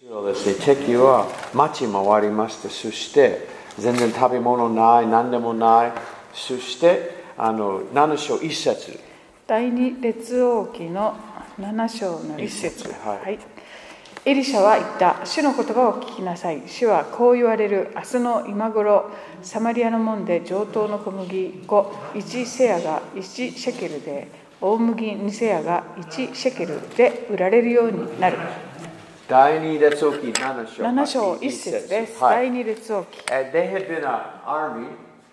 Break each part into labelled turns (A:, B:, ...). A: ですね、敵は街回りまして、そして全然食べ物ない、何でもない、そしてあの7章1節
B: 第二列王記の7章の一節
A: 一節はい
B: はいエリシャは言った主の言葉を聞きなさい主はこう言われる明日の今頃サマリアの門で上等の小麦粉1セアが1シェケルで大麦2セアが1シェケルで売られるようになる
A: 第2列王記7章
B: 7章1節です、
A: はい
B: 第二列王記
A: And they had been an army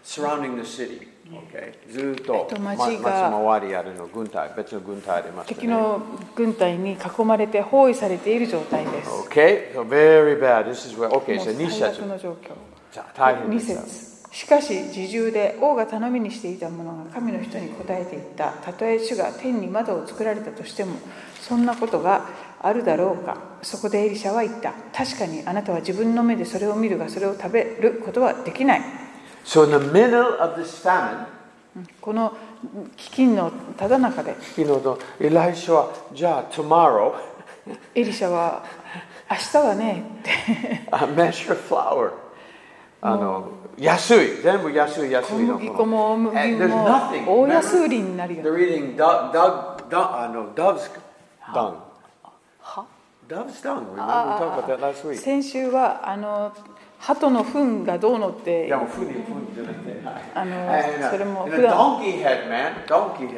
A: surrounding the city. Okay. ずーっと、
B: えっと
A: ま、
B: 町が
A: 町回りあるの軍隊、別の軍隊ありました
B: 敵
A: ね。
B: の軍隊に囲まれて包囲されている状態ですも
A: Okay, so very bad. This is where,
B: う
A: okay, so 2
B: 最悪
A: 節。
B: の状況
A: さ大変
B: 2
A: でした。
B: 節しかし自重で王が頼みにしていたものが神の人に答えていったたとえ主が天に窓を作られたとしてもそんなことがあるだろうかそこでエリシャは言った確かにあなたは自分の目でそれを見るがそれを食べることはできない
A: So in the middle of this famine,
B: この飢饉のただ中で
A: 昨日のエライシャは、じゃあ tomorrow,
B: エリシャは明日はねって
A: a measure of flour. あの、安い。全部安い、安
B: 小
A: いの。
B: 麦粉も大麦
A: And
B: も
A: there's nothing.
B: 大安売りになる
A: Remember?
B: よ
A: They're eating dove, dove, dove, あの dove's dung.
B: は
A: Dove's dung. Remember? We talked about that last week.
B: 先週はあの鳩の糞がどうのって
A: いやもうふにふにじゃなくて、はい
B: あの
A: えー
B: それも
A: you
B: 普
A: know,
B: 段
A: donkey head, man. Donkey head.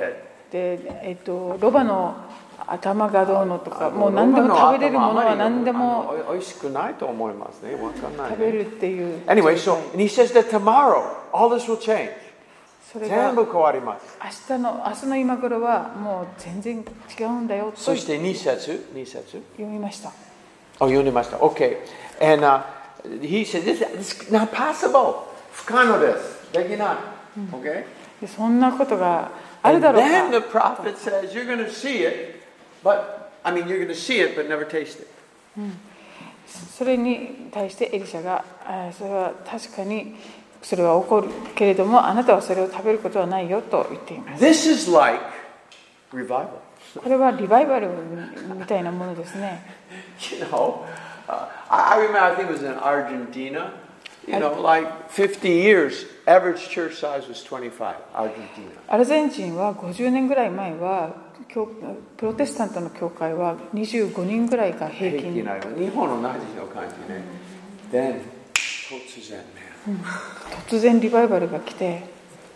B: で、えっと、ロバの頭がどうのとか
A: あ
B: もう何でも食べれるものは何で。
A: ロバの頭あま
B: も
A: りあのおいおいしくないと思いますね。わかんない、
B: 食べ
A: ね。
B: るっていう
A: Anyway, so and he says that tomorrow all this will change.
B: それが
A: 全
B: 明
A: 部変わります。
B: 日の明日の今頃はもう全然違うんだよと
A: そし
B: 読
A: て二節、二節。
B: みました
A: あ、読んでました。Okay. Oh, And、uh, he said this is not possible. 不可能です。できない。Okay.
B: でそんなことがあるだろ
A: And then
B: う
A: the
B: か
A: prophet says you're going to see it, but I mean you're going to see it but never taste it.
B: それに対してエリシャがあーそれは確かにそれは起こるけれどもあなたはそれを食べることはないよと言っています
A: This is like revival.
B: これはリバイバルみたいなものですね
A: You know, uh, I, I remember, I think it was in Argentina. You know, like 50 years, average church size was 25, Argentina.
B: アルゼンチンは50年ぐらい前は教プロテスタントの教会は25人ぐらいが平
A: 平
B: 均
A: 均な日本同じの感じね。Then, 突然ね。
B: 突然リバイバルが来て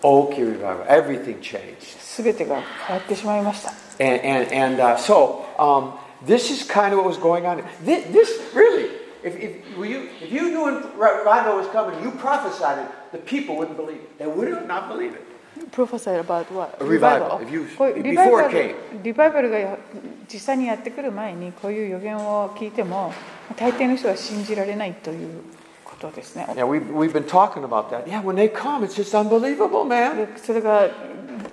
A: Okay, revival. Everything changed.
B: 全てが変わってしまいました
A: And, and, and uh, so, um, this is kind of what was going on. This, this really, if, if, were you, if you knew revival was coming, you prophesied it, the people wouldn't believe it. They would not believe it.
B: Prophesy about what?
A: A revival.
B: Revival.
A: If you-
B: こういうリ
A: before
B: バイバ
A: it came.
B: ルリバイバルが実際にやってくる前にこういう予言を聞いても大抵の人は信じられないということですね
A: Yeah, we've, we've been talking about that. Yeah, when they come, it's just unbelievable, man.
B: でそれが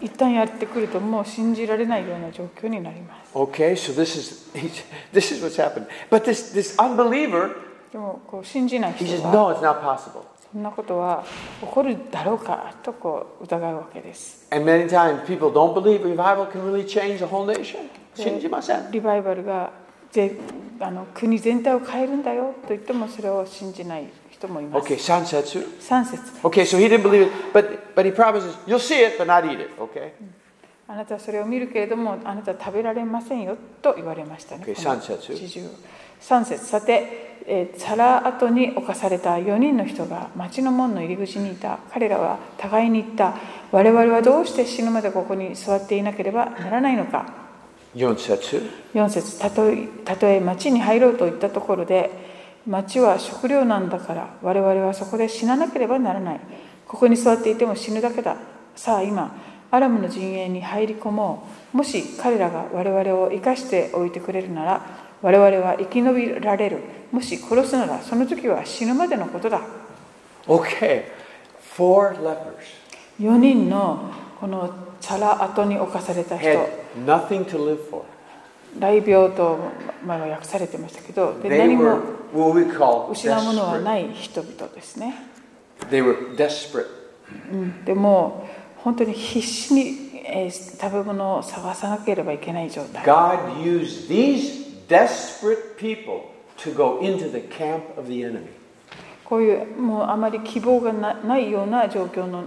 B: 一旦やってくるともう信じられないような状況になります
A: Okay, so this is this is what's happened. But this this unbeliever,
B: でもこう信じない
A: he
B: 人
A: says,
B: は
A: no, it's not possible.
B: そんなことは起こるだろうかとこう疑うわけです。
A: And many times people don't believe revival can really change the whole nation. 信じません。
B: リバイバルがぜあの国全体を変えるんだよと言ってもそれを信じない人もいます。
A: Okay, 三節。
B: 3節
A: Okay, so he didn't believe it, but but he promises you'll see it, but not eat it. Okay.
B: あなたはそれを見るけれどもあなたは食べられませんよと言われましたね。
A: Okay,
B: この
A: 3節
B: 四十三節さて、えー、サラ跡に侵された4人の人が町の門の入り口にいた彼らは互いに言った我々はどうして死ぬまでここに座っていなければならないのか。
A: 四節。
B: 4節たとえたとえ町に入ろうと言ったところで町は食料なんだから我々はそこで死ななければならないここに座っていても死ぬだけださあ今アラムの陣営に入り込もうもし彼らが我々を生かしておいてくれるなら我々は生き延びられるもし殺すならその時は死ぬまでのことだ
A: Okay, four lepers
B: 4人のこのチャラ跡に侵された人
A: had nothing to live for.
B: 雷病と前は訳されてましたけどで
A: They
B: 何
A: were
B: も
A: what we call
B: 失うものは
A: desperate.
B: ない人々ですね。
A: They were desperate.
B: うん、でもう本当に必死に、えー食べ物を探さなければいけない状態。
A: God used these desperate people to go into the camp of the enemy.
B: こういうもうあまり希望がなないような状況の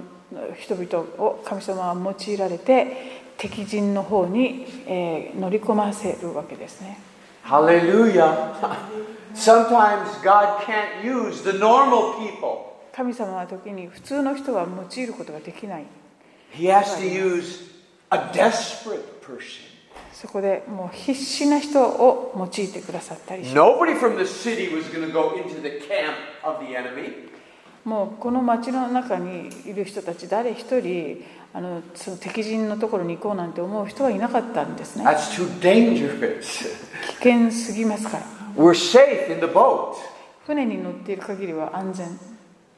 B: 人々を神様は用いられて敵陣の方に、えー乗り込ませるわけですね。
A: Hallelujah. Sometimes God can't use the normal people.
B: 神様は時に普通の人は用いることができない。
A: He has to use a desperate person.
B: そこでもう必死な人を用いてくださったりし
A: Nobody from the city was going to go into the camp of the enemy.
B: もうこの町の中にいる人たち誰一人あのその敵陣のところに行こうなんて思う人はいなかったんですね
A: That's too dangerous.
B: 危険すぎますから
A: We're safe in the boat.
B: 船に乗っている限りは安全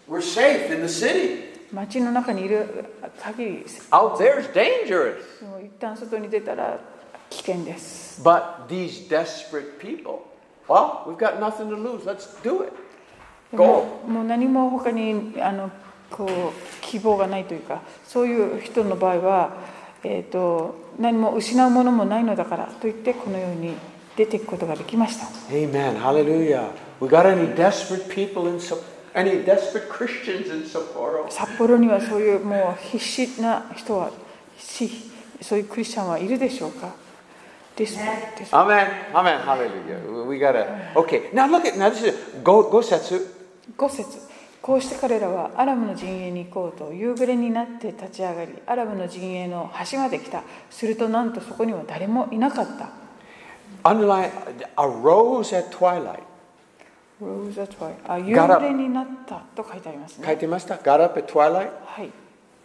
A: We're safe in the city.
B: 町の中にいる限り
A: Out there's dangerous.
B: でも一旦外に出たら危険です
A: But these desperate people, well, we've got nothing to lose. Let's do it. Go.
B: もう何も他にあのこう希望がないというかそういう人の場合は、えー、と何も失うものもないのだからと言ってこのように出ていくことができました
A: Amen. Hallelujah. We got any desperate people in Sap- any desperate Christians in Sapporo?
B: 札幌にはそういうもう必死な人は必死そういうクリスチャンはいるでしょうかですです
A: Amen. Amen. Hallelujah. We- We gotta. Okay. Now look at now. This is go go setsu.
B: 5節こうして彼らはアラムの陣営に行こうと夕暮れになって立ち上がりアラムの陣営の端まで来たするとなんとそこには誰もいなかった
A: Underline arose at twilight.
B: Rose at twilight あ夕暮れになったと書いてありますね、
A: 書いてました? Got up at twilight.
B: はい、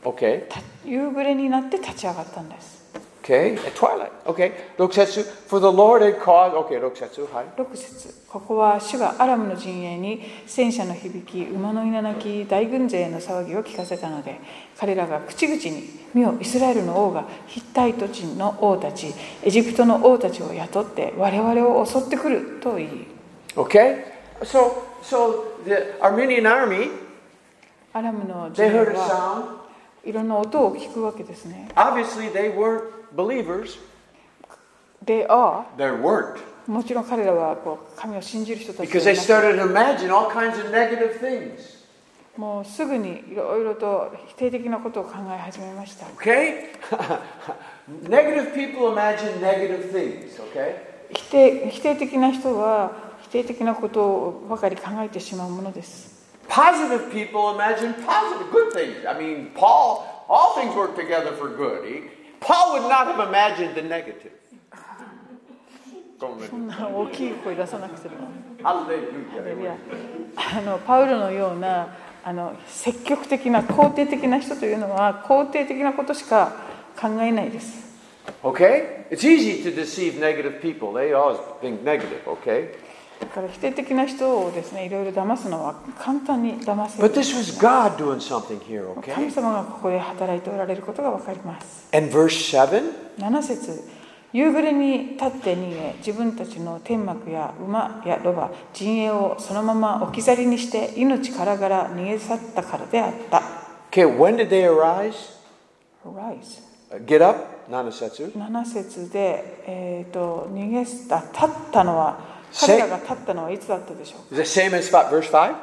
A: Okay.
B: た夕暮れになって立ち上がったんです
A: Okay. At twilight. Okay. Loksetsu. For the Lord had caused. Okay. Loksetsu. Hi.
B: 6節ここは主がアラムの陣営に戦車の響き馬のいななき大軍勢の騒ぎを聞かせたので彼らが口々に「見よイスラエルの王がヒッタイト人の王たちエジプトの王たちを雇って我々を襲ってくる」と言い
A: Okay. So so the Armenian army
B: アラムの陣
A: they
B: 営
A: heard a
B: は
A: sound.
B: いろんな音を聞くわけですね。
A: Obviously they weren't believers.
B: They are
A: They weren't
B: もちろん彼らはこう神を信じる人たちで
A: because
B: はな
A: they
B: く
A: started to imagine all kinds of negative things.
B: もうすぐにいろいろと否定的なことを考え始めました。
A: Okay? negative people imagine negative things, okay?
B: 否定否定的な人は否定的なことばかり考えてしまうものです
A: Positive people imagine positive, good things. I mean, Paul, all things work together for good. He- Paul would not have imagined the negative.
B: そんな大きい声出さなくても
A: Hallelujah.
B: いやあのパウロのようなあの積極的な肯定的な人というのは肯定的なことしか考えないです
A: Okay? It's easy to deceive negative people. They always think negative, okay?
B: だから否定的な人をですねいろいろ騙すのは簡単に騙せ
A: But
B: る
A: this was God doing something here,
B: 神
A: okay?
B: 様がここで働いておられることが分かります
A: And verse 7
B: 7節夕暮れに立って逃げ自分たちの天幕や馬やロバ陣営をそのまま置き去りにして命からがら逃げ去ったからであった
A: Okay, when did they arise?
B: Rise
A: Uh, Get up, nanasetsu.
B: 7節で、えー、と逃げすあ立ったのは彼らが立ったのはいつだったでしょう
A: The same as fi- verse 5?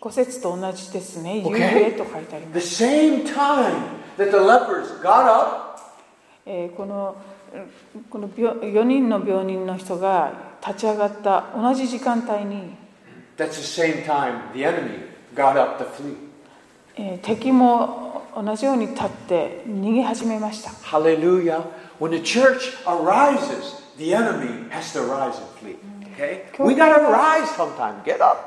B: 5節と同じですね夕
A: Okay.
B: 暮れと書いてあります
A: The same time that the lepers got up,
B: えーこのうんこの4人の病人の人が立ち上がった同じ時間帯に
A: that's the same time the enemy got up to flee.
B: えー敵も同じように立って逃げ始めました
A: Hallelujah. When the church arises, the enemy has to rise and flee. Okay? We gotta rise sometime. Get up.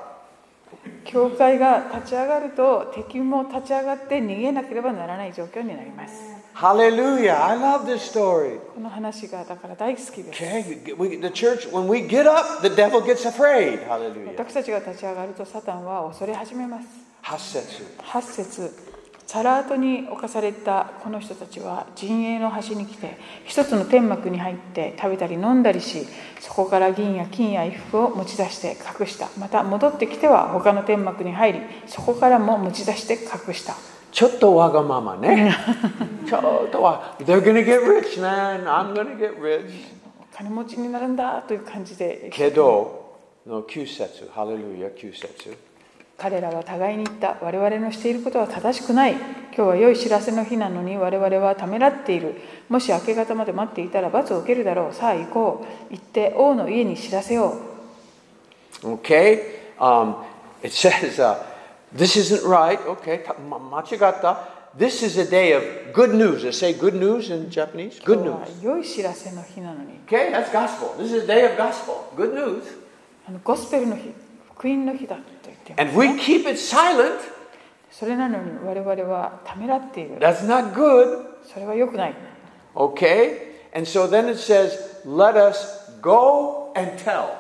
B: 教会が立ち上がると敵も立ち上がって逃げなければならない状況になります
A: Hallelujah. I love this story.
B: この話がだから大好きです
A: Okay? you get- we- the church, when we get up, the devil gets afraid. Hallelujah.
B: 私たちが立ち上がるとサタンは恐れ始めます
A: Hasetsu.
B: 8節サラートに侵されたこの人たちは陣営の端に来て一つの天幕に入って食べたり飲んだりしそこから銀や金や衣服を持ち出して隠したまた戻ってきては他の天幕に入りそこからも持ち出して隠した
A: ちょっとわがままね。ちょっとわ- They're gonna get rich, man. I'm gonna get rich.
B: お金持ちになるんだという感じで
A: けどの9節ハレルヤ9節
B: 彼らは互いに言った我々のしていることは正しくない今日は良い知らせの日なのに我々はためらっているもし明け方まで待っていたら罰を受けるだろうさあ行こう行って王の家に知らせよう
A: Okay? Um, it says, uh, this isn't right. Okay, ta- ma- machigata. This is a day of good news. They say good news in Japanese.
B: 今
A: Good
B: 日は
A: news.
B: 良い知らせの日なのに
A: Okay, that's gospel. This is a day of gospel. Good news.
B: あのゴスペルの日福音の日だと言っています
A: And we keep it silent.
B: それなのに我々はためらっている
A: That's not good.
B: それは良くない
A: Okay? And so then it says, let us go and tell.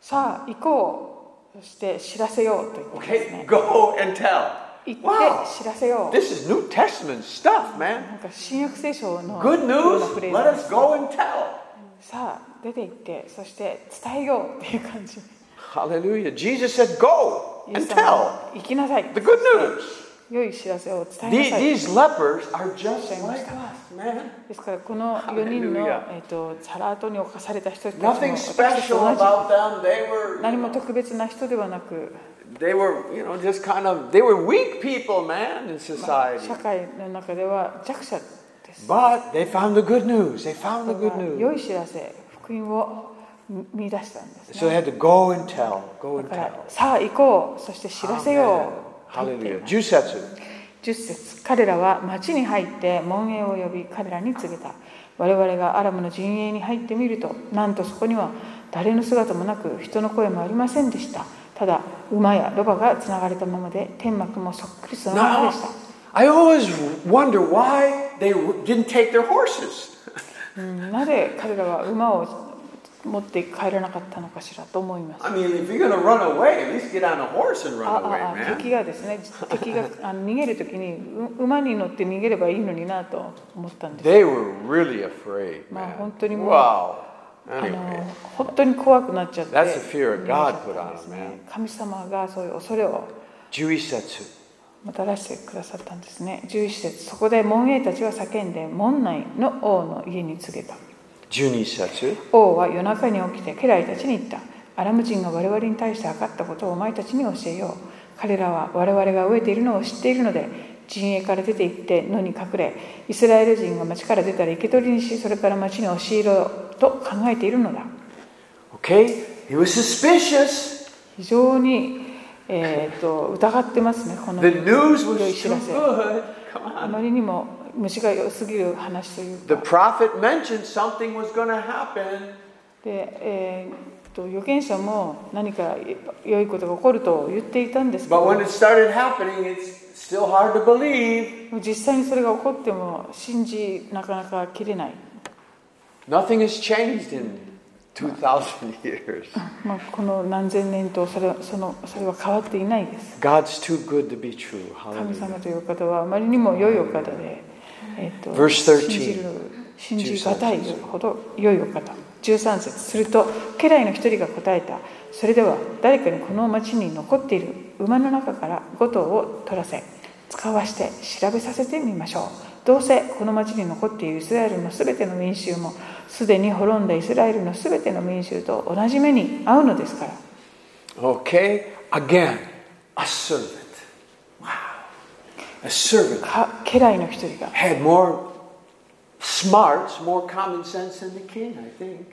B: さあ行こうそして知らせようと言って
A: Okay?
B: ますね
A: Go and tell.
B: 行っ
A: Wow.
B: て知らせよう
A: This is New Testament stuff, man.
B: なんか新約聖書の
A: Good
B: よう
A: news.
B: なフレ
A: Let
B: ーズ
A: us go and tell.
B: さあ出て行ってそして伝えようっていう感じ
A: Hallelujah. Jesus said, Go
B: イエ
A: and
B: ス様
A: tell
B: は行きなさい
A: the good news.
B: 良い知らせを伝
A: The-
B: えなさい
A: these lepers are just like us, man.
B: ですからこの4人の、
A: Hallelujah.
B: えっとサラートに侵された人たちも
A: Nothing
B: 私たちと
A: special
B: 同じ
A: about them. They were,
B: 何も特別な人ではなく
A: they were, you know, just kind of, they were weak people, man, in
B: 社
A: society.
B: 会の中では弱者です
A: But they found the good news. They found the good
B: 良
A: news.
B: い知らせ福音を見出したんです
A: So
B: ね
A: they had to go and tell. Go
B: だ
A: and
B: から、
A: tell.
B: さあ行こう、そして知らせよ
A: Amen.
B: うと言ってい
A: Hallelujah.
B: ます。
A: Jusetsu.
B: 10節彼らは町に入って門営を呼び、彼らに告げた。我々がアラムの陣営に入ってみると、なんとそこには誰の姿もなく、人の声もありませんでした。ただ、馬やロバがつながれたままで、天幕もそっくりそのままでした。
A: Now, I always wonder why they didn't take their horses.
B: うんなぜ彼らは馬を持って帰らなかったのかしらと思います。
A: I mean, if you're going to run away, at least get on a horse and
B: あ
A: run away,
B: ああ
A: man.
B: 敵がですね、敵があの逃げるときにう馬に乗って逃げればいいのになと思ったんです。
A: They were really afraid, man.
B: まあ、本当にもう、
A: Wow.
B: あ
A: Anyway,
B: の本当に怖くなっちゃって、
A: That's the fear of God
B: 逃げちゃったんですね
A: put on him, man.
B: 神様がそういう恐れを
A: Juisetsu.
B: もたらしてくださったんですね。11節そこで門営たちは叫んで、門内の王の家に告げた。
A: Junisetsu.
B: 王は夜中に起きて家来たちに言った。アラム人が我々に対して測ったことをお前たちに教えよう。彼らは我々が飢えているのを知っているので、陣営から出て行って野に隠れ、イスラエル人が町から出たら生け捕りにし、それから町に押し入ろうと考えているのだ。
A: Okay? He was suspicious.
B: 非常に、えー、と疑ってますね、この
A: The news
B: 良い
A: was
B: 知
A: too
B: らせ。
A: good. Come
B: あ
A: on.
B: まりにも虫が良すぎる話という
A: The
B: か、
A: prophet mentioned something was going to happen.
B: でえー、と預言者も何か良いことが起こると言っていたんですけ
A: But
B: ど
A: when、it started happening, it's still hard to believe.
B: 実際にそれが起こっても信じなかなか切れない、
A: Nothing has changed in 2,000 years.
B: まあ、この何千年とそれそのそれは変わっていないです
A: God's too good to be true.
B: 神
A: Hallelujah.
B: 様という方はあまりにも良いお方で、えー、と
A: Verse 13
B: 信じる信じがたいほど良いお方13節すると家来の一人が答えたそれでは誰かにこの町に残っている馬の中から5頭を取らせ使わして調べさせてみましょうどうせこの町に残っているイスラエルのすべての民衆もすでに滅んだイスラエルのすべての民衆と同じ目に遭うのですから
A: Okay? Again, a servant. Wow. A servant
B: か家来の一人が
A: had more smarts, more common sense than the king, I think.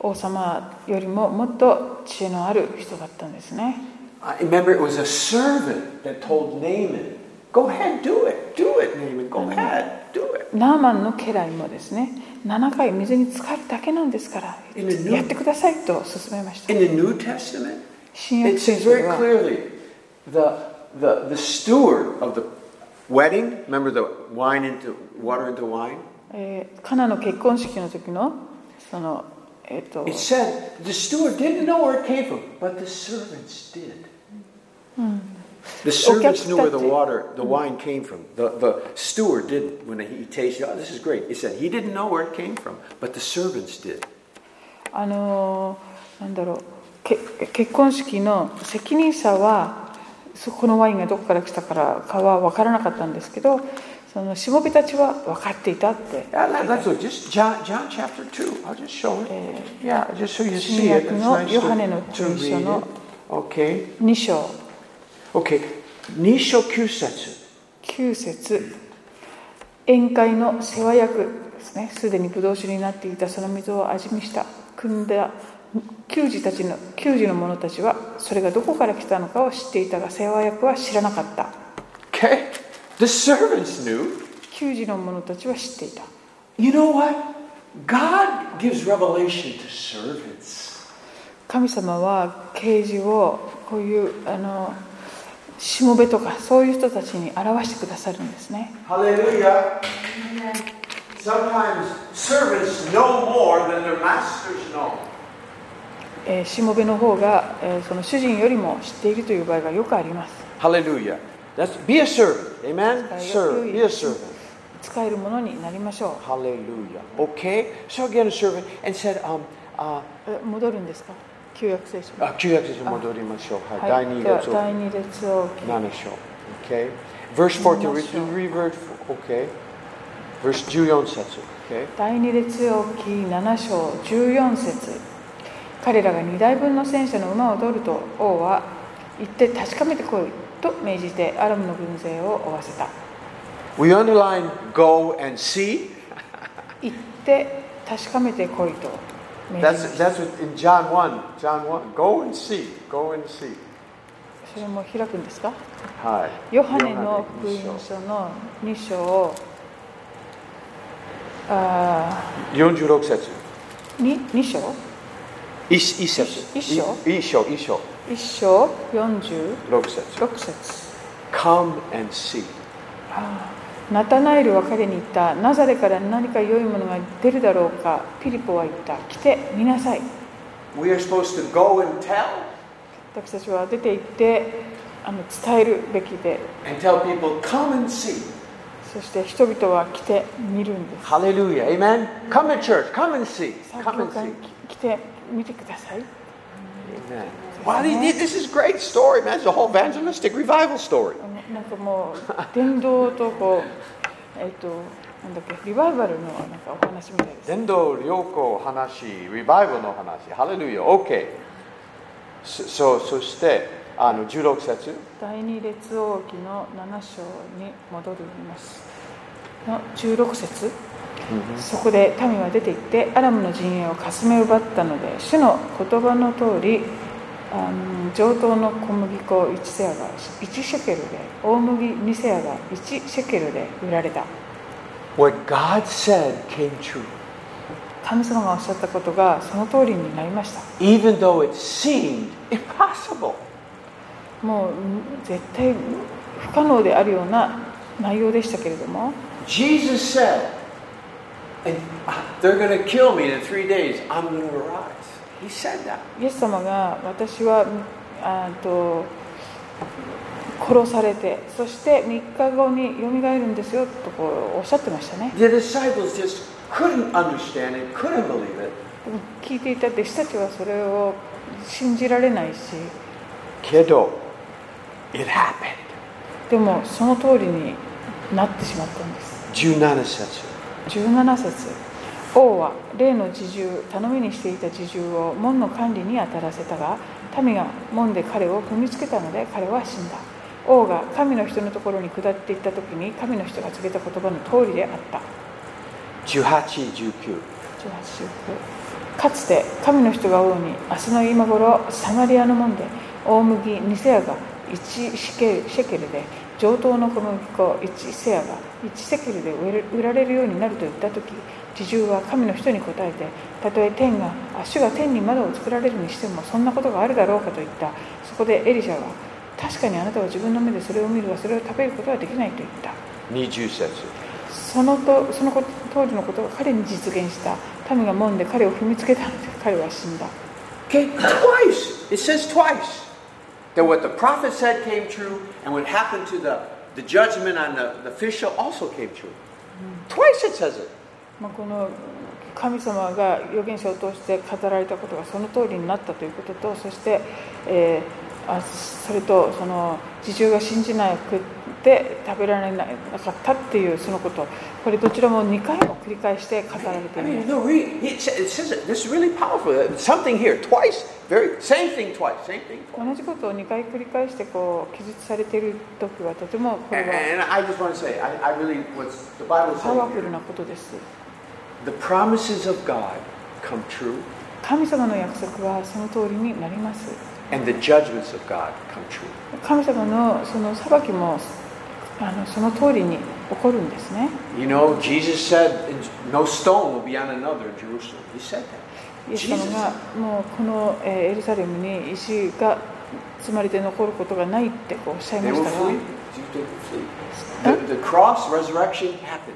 B: 王様よりももっと知恵のある人だったんですね
A: I remember it was a servant that told Naaman, Go ahead, do it, do it, Naaman, go ahead, do it.
B: ナーマンの家来もですね7回水に浸かるだけなんですから
A: いいね
B: やってくださいと勧めました
A: In the New Testament,
B: 新約
A: it
B: 聖
A: says
B: 書で
A: very
B: は
A: clearly the, the, the steward of the wedding, remember the wine into water into wine?
B: えーカナの結婚式の時のそのえっ、と
A: It said the steward didn't know where it came from, but the servants did. The servants knew where the water, the wine came from. The, the steward didn't when he tasted. Oh, this is great. He said he didn't know where it came from, but the servants did.
B: あのーなんだろうけ結婚式の責任者はそこのワインがどこから来たからかは分からなかったんですけどそのしもべたちは分かっていたって
A: Yeah, let, let's look. Just John, John chapter 2. I'll just show it. Yeah, just so you see it. It's
B: 新約の
A: nice
B: ヨハネの
A: to, to read
B: 福音書の
A: it. Okay.
B: 2章
A: Okay. 2章9節。
B: 9節宴会の世話役ですねすでにブドウ酒になっていたその水を味見した汲んだ球児たちの球児の者たちはそれがどこから来たのかを知っていたが世話役は知らなかった
A: Okay. The servants knew.
B: 球児の者たちは知っていた
A: You know what? God gives revelation to servants.
B: 神様は啓示をこういうあのしもべとかそういう人たちに表してくださるんですね
A: Hallelujah. Sometimes servants know more than their masters know.
B: えーしもべの方が、えーその主人よりも知っているという場合がよくあります
A: Hallelujah. That's be a servant. Amen.
B: Hallelujah.
A: Serve. Be a servant.
B: 使えるものになりましょ
A: Hallelujah. Okay. So again, a servant and said, um, uh,
B: うえ戻るんですか旧約聖書に
A: あ旧約聖書に戻りましょう。はい、
B: はいでは
A: 第二列を
B: 第二列を
A: Okay. Verse 14, read
B: 見ましょう。
A: read verse okay. Verse 14節 okay.
B: 第二列王記7章14節彼らが2台分の戦車の馬を取ると王は行って確かめてこいと命じてアラムの軍勢を追わせた
A: We underline go and see.
B: 行って確かめてこいと命じ
A: That's that's what, in John 1. John 1. Go and see. Go and see.
B: それも開くんですか
A: はい。
B: ヨハネの福音書の2章あ
A: 46節。
B: 2, 2章
A: 一一節。
B: 一章
A: 一章一章
B: 1章46
A: 6節。
B: 節
A: Come and see.
B: ナタナエルは彼に言ったナザレから何か良いものが出るだろうかピリポは言った来て見なさい
A: We are supposed to go and tell
B: 私たちは出て行ってあの伝えるべきで
A: and tell people come and see.
B: そして人々は来て見るんです
A: Hallelujah. Amen. Come to church. Come and see.
B: さあ
A: Come
B: 教
A: and
B: 会
A: see.
B: に来て見てください
A: Amen. Wow, this, this is a great story, man. It's a whole evangelistic revival story.
B: あのなんかもう伝道とこうえっ、となんだっけリバイバルのなんかお話みたいです
A: 伝道良好話、リバイブルの話。ハレルヤ。Okay. So, so, そして、あの、16節。
B: 第二列王記の7章に戻りますの16節そこで民は出て行ってアラムの陣営をかすめ奪ったので主の言葉の通りあの上等の小麦粉1セアが1シェケルで大麦2セアが1シェケルで売られた
A: What God said came true.
B: 神様がおっしゃったことがその通りになりました
A: Even though it seemed impossible.
B: もう絶対不可能であるような内容でしたけれども
A: Jesus said, and uh, they're going to kill me in three days. I'm going to arise. He said that.
B: イエス様が私はあーと殺されてそして3日後によみがえるんですよとこうおっしゃってましたね
A: The disciples just couldn't understand it, couldn't believe it.
B: でも聞いていた弟子たちはそれを信じられないし
A: Kiddo, it happened.
B: でもその通りになってしまったんです
A: 17節。
B: 17節王は例の侍従頼みにしていた侍従を門の管理に当たらせたが民が門で彼を踏みつけたので彼は死んだ王が神の人のところに下っていった時に神の人が告げた言葉の通りであった
A: 18、19。
B: 18節かつて神の人が王に明日の今頃サマリアの門で大麦2セアが1シケシェケルで上等の小麦粉1セアが1シェケルで売れ売られるようになると言った時侍従は神の人に答えてたとえ天があ主が天に窓を作られるにしてもそんなことがあるだろうかと言ったそこでエリシャは確かにあなたは自分の目でそれを見るがそれを食べることはできないと言った
A: 20節。
B: そのとそのこと当時のことが彼に実現した民が門で彼を踏みつけたので彼は死んだ
A: Okay, twice. It says twice. That what the prophet said came true, and what happened to the, the judgment on the, the fish also came true. Twice it says it.
B: まあこの神様が預言者を通して語られたことがその通りになったということとそして、えあそれとその自重が信じなくて食べられなかったっていうそのことこれどちらも2回も繰り返して語られて
A: I
B: いま
A: mean,
B: す
A: no, read. It sa- it says it. This is really powerful. Something here twice. Very same thing twice. Same thing.
B: 同じことを2回繰り返してこう記述されている時はとてもこ
A: And,
B: れ
A: and I just want to say, I, I really what's the Bible
B: は
A: is
B: パワ
A: saying.
B: フル
A: here,
B: なことです
A: The promises of God come true,
B: 神様の約束はその通りになります
A: and the judgments of God come true.
B: 神様のその裁きもあのその通りに起こるんですね
A: You know, Jesus said, "No stone will be on another in Jerusalem." He said that.
B: イエス様
A: Jesus.
B: がもうこのえーエルサレムに石が積まれて残ることがないってこうおっしゃい
A: They
B: ま
A: will
B: したが
A: flee. Do you think they'll flee? The, the cross resurrection happened.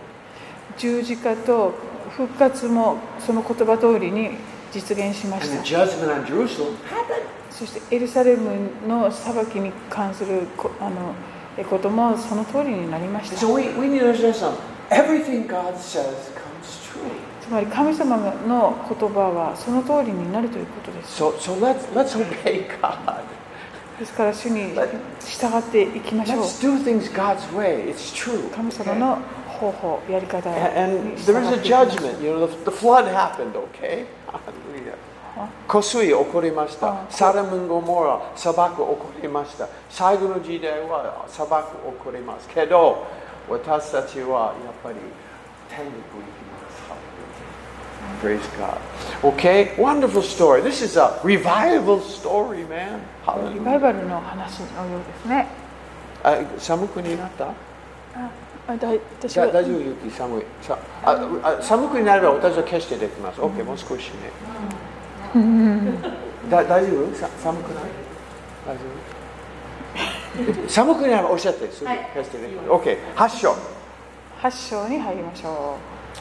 B: 十字架と復活もその言葉通りに実現しまし
A: And the
B: た
A: judgment on Jerusalem happened.
B: そしてエルサレムの裁きに関するこあのえこともその通りになりまし
A: And
B: た
A: so we, we need to understand something. Everything God says comes true.
B: つまり神様の言葉はその通りになるということです
A: So, so let's, let's obey God.
B: ですから主に従っていきましょう
A: Let's do things God's way. It's true.
B: 神様
A: okay?
B: の方法やり方
A: A-
B: に
A: And
B: 従
A: there is a
B: っていきましょう
A: judgment. You know, the, the flood happened, okay? Hallelujah. 湖水起こりました。
B: あ。
A: サラムンゴモラ、砂漠起こりました。最後の時代は砂漠起こります。けど、私たちはやっぱり天国行きます。Hallelujah. Praise God. Okay, wonderful story. This is a revival story, man.
B: リバ
A: Hallelujah.
B: イ
A: Uh,
B: バルの話のようですね。
A: あ寒くになった
B: あ、あだい私
A: じゃ
B: は
A: あ大丈夫、ゆき、寒い。さああ寒くなれば私は消してできます。OK、もう少しね。だ大丈夫さ寒くない大丈夫 寒くなればおっしゃって、すぐ
C: はい
A: 消してできます。OK、発症。
B: 8章に入りましょ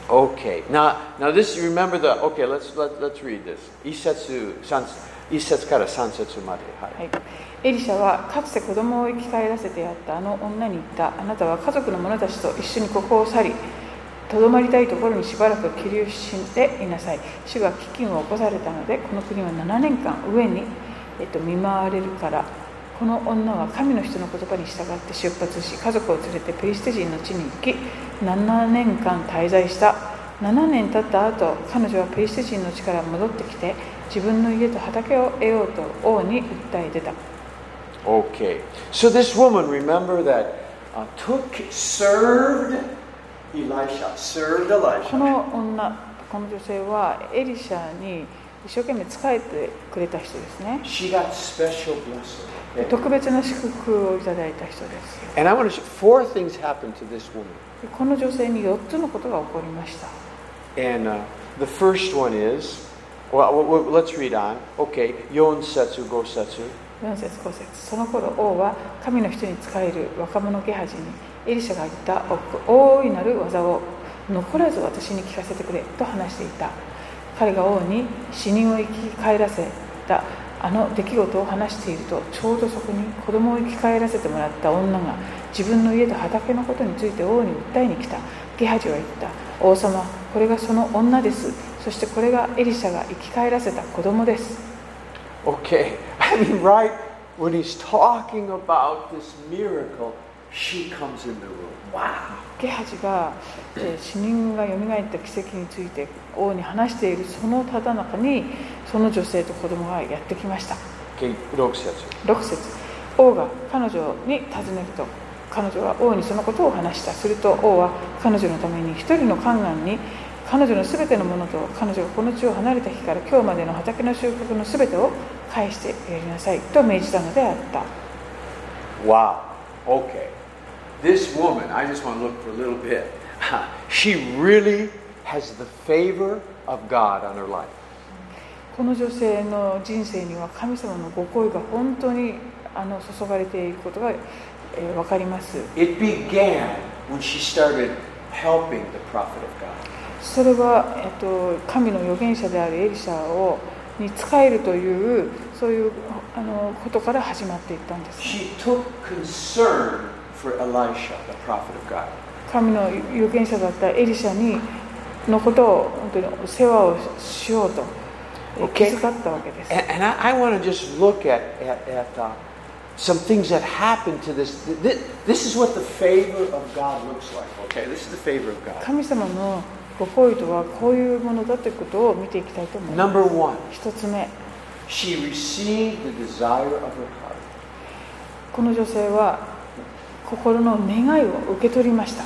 A: Okay. Now, now this remember the okay. Let's let let's read this. 一節三一節から三節まで。は
B: う。
A: い。
B: はい。エリシャはかつて子供を生き返らせてやったあの女に言ったあなたは家族の者たちと一緒にここを去りとどまりたいところにしばらく気流していなさい主が飢饉を起こされたのでこの国は7年間上に、えっと、見舞われるからこの女は神の人の言葉に従って出発し家族を連れてペリシテ人の地に行き7年間滞在した7年経った後彼女はペリシテ人の地から戻ってきて自分の家と畑を得ようと王に訴え出た
A: Okay. So this woman, remember that, uh, took served Elisha, served
B: こ
A: Elisha.
B: の女この女性はエリシャに一生懸命仕えてくれた人ですね
A: She got special blessing.
B: 特別な祝福をいただいた人です
A: And I want to show four things happened to this woman.
B: でこの女性に4つのことが起こりました
A: And uh, the first one is, well, w- w- let's read on. Okay, yon setsu go setsu.
B: 4節5節その頃王は神の人に仕える若者ゲハジにエリシャが言った大いなる技を残らず私に聞かせてくれと話していた彼が王に死人を生き返らせたあの出来事を話しているとちょうどそこに子供を生き返らせてもらった女が自分の家と畑のことについて王に訴えに来たゲハジは言った王様これがその女ですそしてこれがエリシャが生き返らせた子供です
A: Okay, I mean, right when he's talking about this miracle, she comes in the room. Wow.
B: ゲハジが、えー死人が蘇った奇跡について王に話しているそのただ中にその女性と子供がやってきました
A: Okay, rok setsu.
B: 6節王が彼女に尋ねると彼女は王にそのことを話したすると王は彼女のために一人の宦官に彼女のすべてのものと彼女がこの地を離れた日から今日までの畑の収穫のすべてを返してやりなさいと命じたのであった
A: Wow. Okay. This woman, I just want to look for a little bit. She really has the favor of God on her life.
B: この女性の人生には神様のご好意が本当にあの注がれていることが、えーわかります
A: It began when she started helping the prophet of God.
B: それは、えっと神の預言者であるエリシャをに仕えるというそういうあのことから始まっていったんですね
A: She took concern for Elisha, the prophet of God.
B: 神の預言者だったエリシャにのことを本当に世話をしようと、えー
A: Okay.
B: 気遣ったわけです
A: And, and I, I want to just look at, at, at uh, some things that happen to this. th- This, this is what the favor of God looks like, okay? This is the favor of God.
B: 神様のご好意とはこういうものだということを見ていきたいと思いま
A: Number one,
B: す。一つ目、
A: she received the desire of her heart.
B: この女性は心の願いを受け取りました。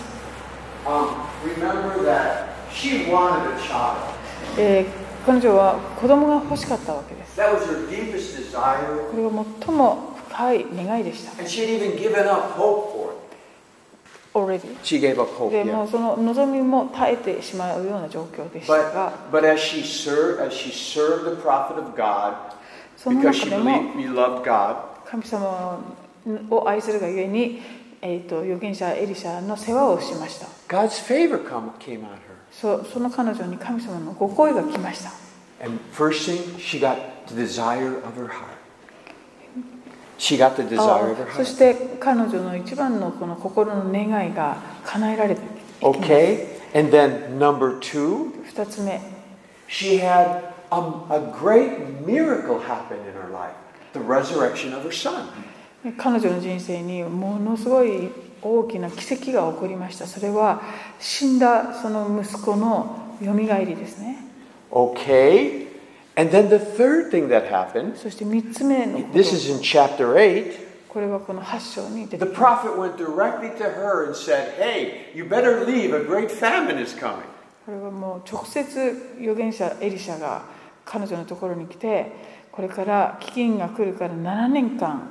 A: Um, remember that she wanted a child.
B: えー彼女は子供が欲しかったわけです。
A: That was her deepest desire,
B: これが最も深い願いでした。
A: and she had even given up hope for it.
B: already。
A: She gave up hope.
B: でもうその望みも耐えてしまうような状況でしたが、
A: But, but as she served, as she served the prophet of God,
B: その
A: because
B: 中
A: she
B: でも
A: believed, he loved God,
B: 神様を愛するがゆえに、えー、と預言者エリシャの世話をしました
A: God's favor come, came on her.
B: そその彼女に神様のご声が来ました
A: And first thing, she got the desire of her heart. She got the desire of her
B: そし
A: heart.
B: て彼女の一番のこの心の願いが叶えられていきます
A: Okay, and then number two,
B: 二つ目
A: she had um, a great miracle happen in her life the resurrection of her son.
B: 彼女の人生にものすごい大きな奇跡が起こりましたそれは死んだその息子のよみがえりですね
A: Okay, and then the third thing that happened,
B: そして三つ目のこと
A: this is in chapter 8.
B: これはこの8章に出て
A: The
B: きます
A: prophet went directly to her and said, Hey, you better leave. A great famine is coming.
B: これはもう直接預言者エリシャが彼女のところに来てこれから飢饉が来るから7年間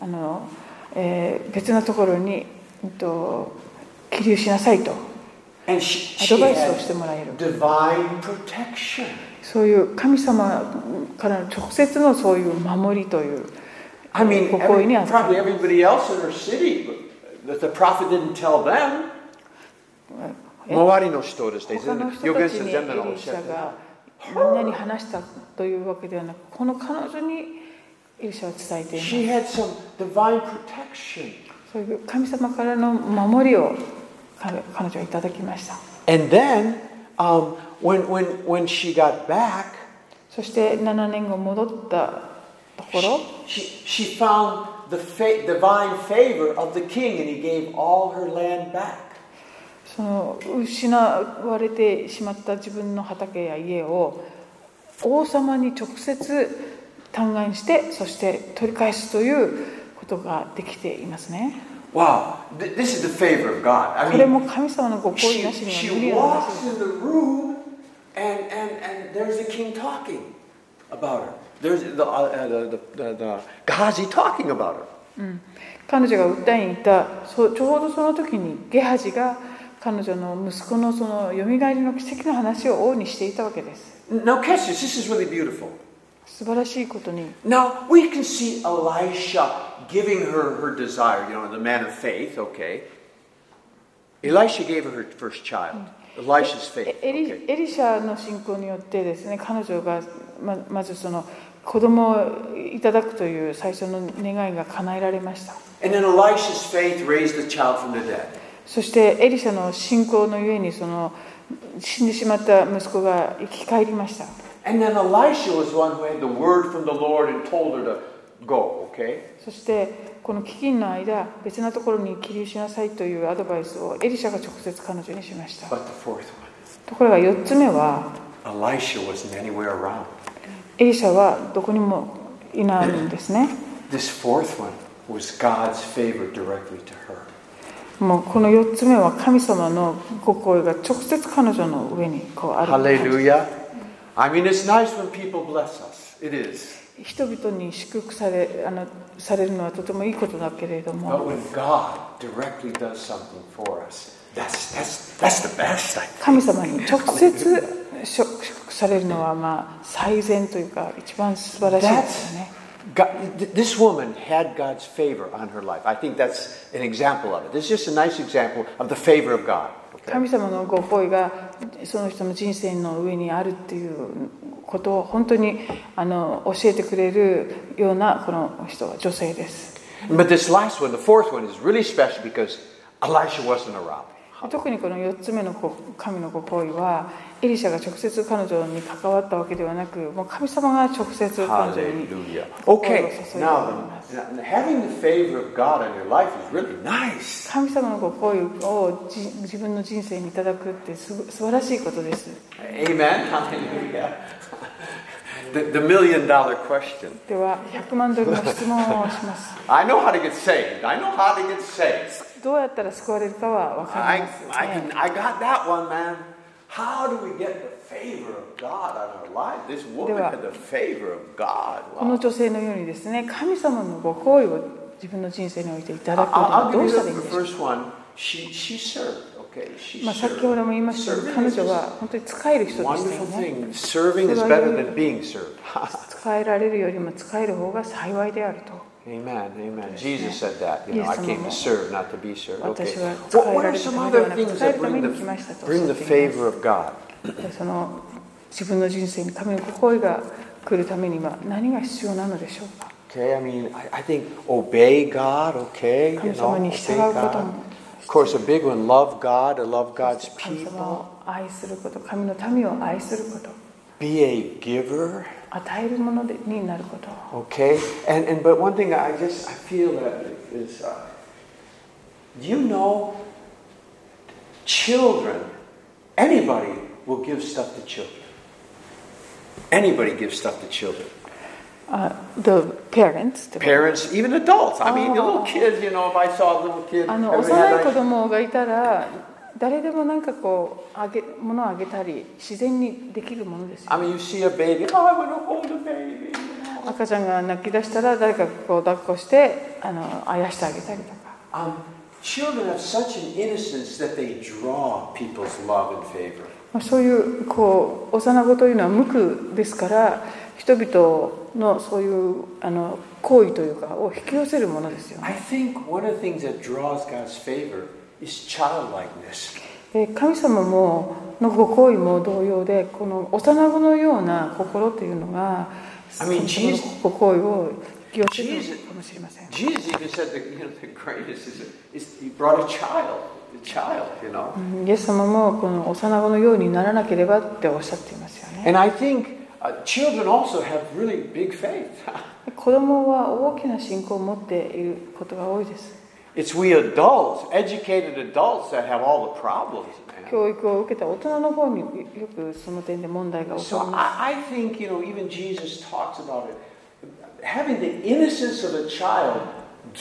B: あの、えー別のところに、うんと、起立しなさいと
A: And she, she
B: アドバイスをして
A: had
B: もらえる
A: divine protection.
B: そういう神様からの直接のそういう守りという
A: I mean,
B: ご好意
A: every,
B: にあ
A: probably everybody else in her city, but the prophet didn't tell them.
B: 他の人たちにエリシャがみんなに話したというわけではなくこの彼女にエリシャは伝えています
A: She had some divine protection.
B: そういう神様からの守りを彼彼女はいただきました
A: And then, um, when, when, when she got back,
B: そして7年後戻ったところ
A: she, she found the fa- divine favor of the king and he gave all her land back.
B: その失われてしまった自分の畑や家を王様に直接嘆願してそして取り返すということができていますね
A: Wow, th- this is the favor of God.
B: こ
A: I
B: れ
A: mean,
B: も神様のご好意
A: she,
B: なし
A: she
B: には無理な
A: walks in
B: 話で
A: the room and, and, and there's the king talking about her. There's the, uh, uh, the, the, the, the Ghazi talking about her.
B: 彼女が訴えに行ったそうちょうどその時にゲハジが彼女の息子のそのよみがえりの奇跡の話を王にしていたわけです
A: Now, catch this, this is really beautiful.
B: 素晴らしいことに
A: Now, we can see Elisha giving her her desire, you know, the man of faith, okay. Elisha gave her her first child. Elisha's faith.
B: えエリ
A: Okay.
B: エリシャの信仰によってですね彼女がままずその子供をいただくという最初の願いが叶えられました
A: And then Elisha's faith raised the child from the dead.
B: そしてエリシャの信仰のゆえにその死んでしまった息子が生き返りました
A: And then Elisha was the one who had the word from the Lord and told her to go, okay?
B: そしてこの飢饉の間別なところに起立しなさいというアドバイスをエリシャが直接彼女にしました
A: But the fourth one,
B: ところが4つ目は
A: Elisha wasn't anywhere around.
B: エリシャはどこにもいないんですね
A: This fourth one was God's favor directly to her.
B: もうこの4つ目は神様のご声が直接彼女の上にこうある
A: Hallelujah. I mean, it's nice when people bless us. It is.
B: 人々に祝福されあのされるのはとてもいいことだけれど
A: But
B: も
A: when God directly does something for us, that's, that's, that's the best. I-
B: 神様に直接祝福されるのはまあ最善というか一番素晴らしいですよね
A: God, th- this woman had God's favor on her life. I think that's an example of it. This is just a nice example of the favor of God. okay?
B: 神様のご好意がその人の人生の上にあるっていうことを本当にあの教えてくれるようなこの人は女性です。
A: But this last one, the fourth one, is really special because Elisha wasn't around.
B: 特にこの4つ目のこ神のご行為はエリシャが直接彼女に関わったわけではなくもう神様が直接彼女に
C: Hallelujah.
B: 心を
A: Okay,
B: 注いだ
A: now, then, having the favor of God on your life is really nice.
B: 神様のご行為をじ自分の人生にいただくってすご素晴らしいことです
A: Amen. Hallelujah. The, the million dollar question.
B: では100万ドルの質問をします
A: I know how to get saved. I know how to get saved.
B: どうやったら救われるかは分かり
A: I,
B: ますよ
A: I,
B: ね
A: can, I got that one, man. How do we get the favor of God on our life? This woman had the favor of God.
B: この
A: Wow.
B: 女性のようにですね神様のご行為を自分の人生においていた
A: I-
B: だくに
A: I'll,
B: は
A: I'll
B: ど
A: give
B: う
A: you
B: したらいい
A: the
B: んでしょう
A: first one. She, she served, okay? She
B: まあ、先
A: served.
B: ほども言いましたけど
A: Serving
B: 彼
A: is
B: 女は本当に使える人でしたよ
A: wonderful
B: ね
A: thing. Serving is better than being served.
B: 使えられるよりも使える方が幸いであると
A: Amen, amen. Jesus said that. You know, I came to serve, not to be served.
B: 私
A: Okay.
B: は使
A: What,
B: え
A: what
B: ら
A: are
B: れるた
A: some other things
B: めではなく使え
A: that
B: るた
A: bring
B: めに来ま
A: the,
B: したとおっしゃ
A: bring
B: っ
A: the
B: てい
A: favor of God?
B: ますその自分の人生に神のご行為が来るためには何が必要なのでしょうか
A: Okay, I mean, I, I think obey God, okay? You know,
B: 神様に
A: obey
B: 従うことも
A: God. Of course, a big one, love God, to love God's
B: 神様
A: people.
B: を愛すること神の民を愛すること
A: Be a giver,
B: 与えるものでになること
A: okay? And, and but one thing I just I feel that is, uh, you know, children, anybody will give stuff to children. Anybody gives stuff to children.
B: あ the parents ってこと
A: Parents, even adults. I mean, the little kids, you know, if Oh. I saw a little kid,
B: あ
A: everybody
B: の
A: had
B: 幼い
A: ice
B: 子供がいたら誰でもなんかこうあげ物をあげたり自然にできるものですよ
A: I mean, you see a baby, oh, I want to hold a baby. you know.
B: 赤ちゃんが泣き出したら誰かこう抱っこしてあのあやしてあげたりとか
A: Um, children have such an innocence that they draw people's love and favor.
B: まあそういうこう幼子というのは無垢ですから人々のそういうあの行為というかを引き寄せるものですよ
A: I
B: ね
A: think one of the things that draws God's favor is childlikeness.
B: で神様ものご行為も同様でこの幼子のような心というのが
A: I mean,
B: 神様の
A: Jesus-
B: ご行為を引き寄せるかもしれません
A: Jesus even said that you know, the greatest is, is he brought a child, a child, you know.
B: うんイエス様もこの幼子のようにならなければっておっしゃっていますよね
A: And I think uh, children also have really big faith.
B: 子供は大きな信仰を持っていることが多いです
A: it's we adults, educated adults, that have all the problems, man.
B: 教育を受けた大人の方によくその点で問題が起
A: So
B: こりま
A: I, I think, you know, even Jesus talks about it. Having the innocence of a child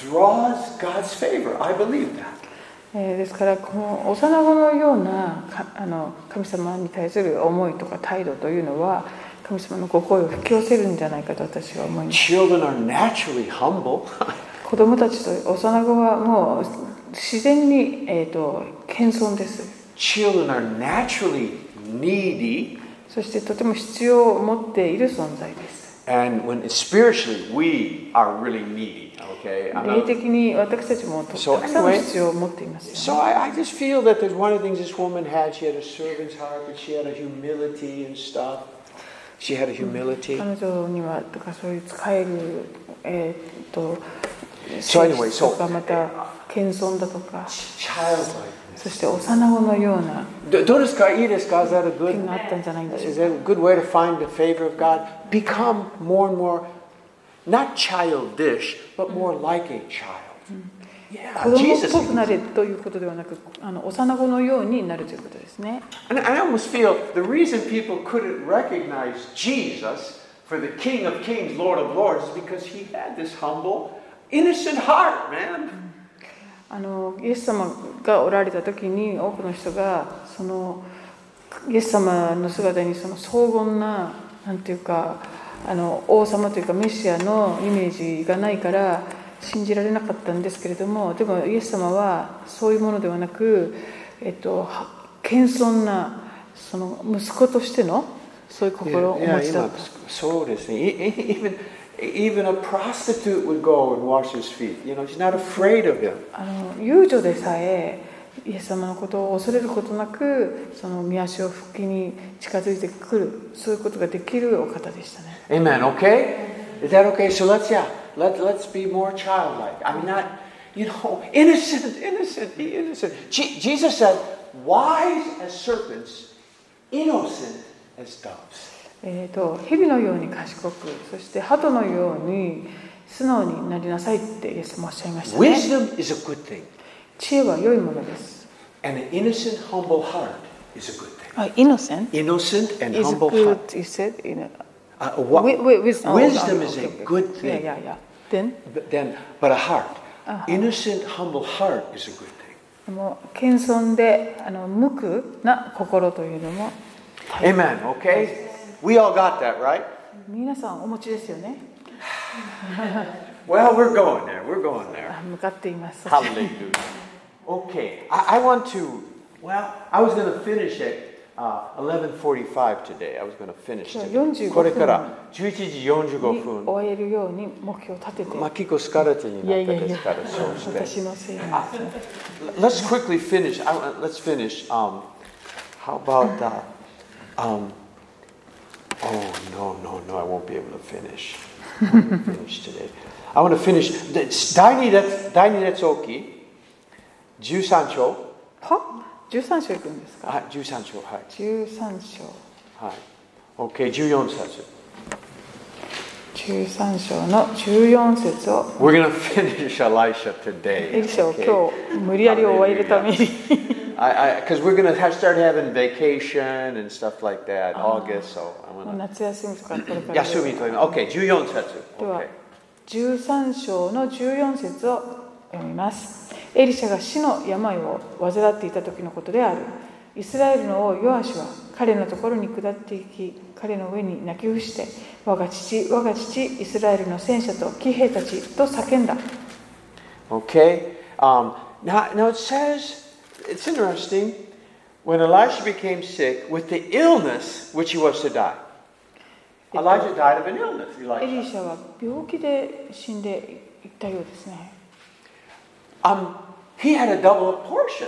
A: draws God's favor. I believe that.
B: す、えーですからこの幼子のようなかあの神様に対する思いとか態度というのは神様のご声を引き寄せるんじゃないかと私は思います
A: Children are naturally humble.
B: 子供たちと幼子はもう自然に、えー、と謙遜です
A: Children are naturally needy.
B: そしてとても必要を持っている存在です
A: And when spiritually, we are really needy. Okay. I'm
B: 霊
A: not-
B: 的に私たちもとたく
A: So
B: さんの
A: anyway-
B: 必要を持っていますよね
A: So I, I just feel that there's one of the things this woman had. She had a servant's heart, but she had a humility and stuff. She had a humility.
B: 彼女にはとかそういう使えるえーっと
A: So anyway,
B: 性質と
A: so-
B: かまた謙遜だとか
A: Childlikeness.
B: そして幼子のような
A: Do- どうですかいいですか Is that a good
B: 点があったんじゃないんでしょう
A: is
B: か
A: that a good way to find the favor of God? Become more and more not childish, but more like a child. Yeah,
B: 子供っ
A: Jesus.
B: ぽくなれということではなくあの幼子のようになるということですね
A: And I almost feel the reason people couldn't recognize Jesus for the King of Kings, Lord of Lords, is because he had this humble, innocent heart, man.
B: あのイエス様がおられた時に多くの人がそのイエス様の姿にその荘厳ななんていうかあの王様というかメシアのイメージがないから信じられなかったんですけれどもでもイエス様はそういうものではなく、えっと、は謙遜なその息子としてのそういう心をお持ちだった。
A: そうですね。E- Even, even a prostitute would go and wash his feet. You know, she's not afraid of him.
B: あの遊女でさえイエス様のことを恐れることなくその見足を復帰に近づいてくるそういうことができるお方でしたね
A: Amen. Okay, is that okay? So let's yeah, let let's be more childlike. I'm not. You know, innocent, innocent, be innocent. Je- Jesus said, wise as serpents, innocent as doves.
B: えー、と蛇のように賢くそして鳩のように素直になりなさいってイエスもおっしゃいましたね
A: Wisdom is a good thing,
B: 知恵は良いものです、
A: and an innocent, humble heart is a good thing.
B: あ、innocent
A: Innocent and
B: is
A: humble
B: good
A: heart.
B: you said you know,
A: Uh, a wa-
B: wi- wi- wisdom, Oh,
A: wisdom
B: okay,
A: is a
B: okay, okay.
A: good thing,
B: yeah, Uh-huh. yeah, yeah. Then
A: but then, but a heart. Innocent, humble heart is a good thing.
B: もう謙遜であの無垢な心というのも
A: Amen. Okay, we all got that right.
B: 皆さんお持ちですよね
A: Well, we're going there. We're going there.
B: あ向かっています
A: Hallelujah. Okay, I, I want to. Well, I was going to finish at uh, 11:45 today. I was going to finish.
B: 今日
A: today.
B: 45
A: これから11時45分。
B: 終えるように目標を立てて
A: まあ結構疲れてに
B: いや
A: ないった
B: やい
A: で
B: や
A: すから、そうして。
B: 私のせいなんですね
A: Let's quickly finish. I, want- let's finish. Um, how about uh, um, oh no no no! I won't be able to finish. I won't finish today. I want to finish. That's- Daini that's Daini Netsuki, Jiu Sancho.
B: は13章いくんですか
A: Ah, Jiu Sancho. Hi
B: 13章
A: hi. Okay, Jiu Yon Satsu.
B: 13章の14節を
A: We're gonna finish Elisha today.
B: エリシャを
A: okay?
B: 今日無理やり終えるために
A: I because we're gonna have, start having vacation and stuff like that August. So I
B: も
A: want
B: う 夏休みとかこれ
A: to
B: から
A: Okay, 14 setsu.
B: では
A: Okay.
B: 13章の14節を読みますエリシャが死の病を患っていた時のことであるイスラエルの王ヨアシュは彼のところに下っていき彼の上に泣き伏して我が父我が父イスラエルの戦車と騎兵たちと叫んだ
A: Okay. Um, now, now it says it's interesting. When Elisha became sick with the illness which he was to die,
B: It-
A: Elijah died of an illness.
B: エリ
A: Elijah.
B: シャは病気で死んでいったようですね
A: Um, he had a double portion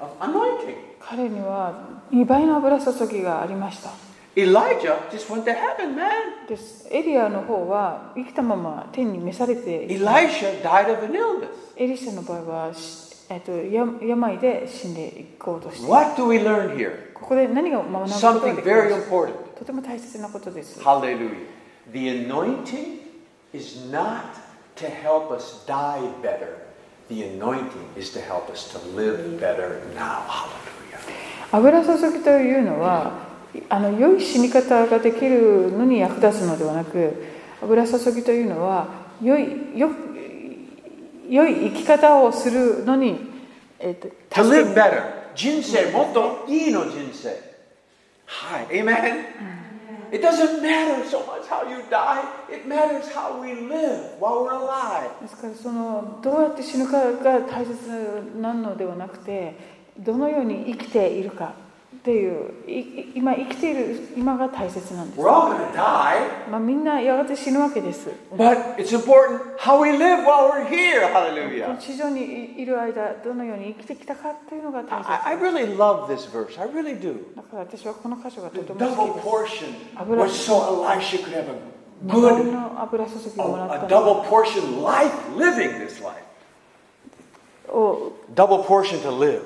A: of anointing.
B: 彼には2倍の油注ぎがありました
A: Elijah just went to heaven, man.
B: ですエリアの方は生きたまま天に召されていた
A: Elisha died of an illness.
B: エリシャの場合は、しえっと、や病で死んでいこうとしている
A: What do we learn here?
B: ここで何が学ぶことが
A: Something
B: できる
A: very
B: のか
A: important.
B: とても大切なことです。
A: Hallelujah. The anointing is not to help us die better. The anointing is to help us to live better now. Hallelujah.
B: 油注ぎというのはあの良い死に方ができるのに役立つのではなく油注ぎというのは良いよ良い生き方をするのに、えっと
A: To
B: 助け
A: live
B: に
A: better. Jinsei, motto ino jinsei. Hi. Amen. It doesn't matter so much how you die. It matters how we live while we're alive.
B: ですからそのどうやって死ぬかが大切なのではなくてどのように生きているかっていういい今生きている今が大切なんです、
A: We're all going to die,
B: まあ、みんなやがて死ぬわけです
A: but it's important how we live while we're here. Hallelujah.
B: 地上にいる間どのように生きてきたかっていうのが大切
A: I, I
B: だ
A: really love this verse. I really do.
B: から私はこの箇所がと
A: The
B: ても
A: double
B: 好きです
A: portion
B: Abra-
A: was so Elisha could have a
B: 自分
A: good,
B: の油注ぎ
A: a,
B: をもら
A: a
B: ったの
A: double portion life, living this life.
B: を
A: Double portion to live,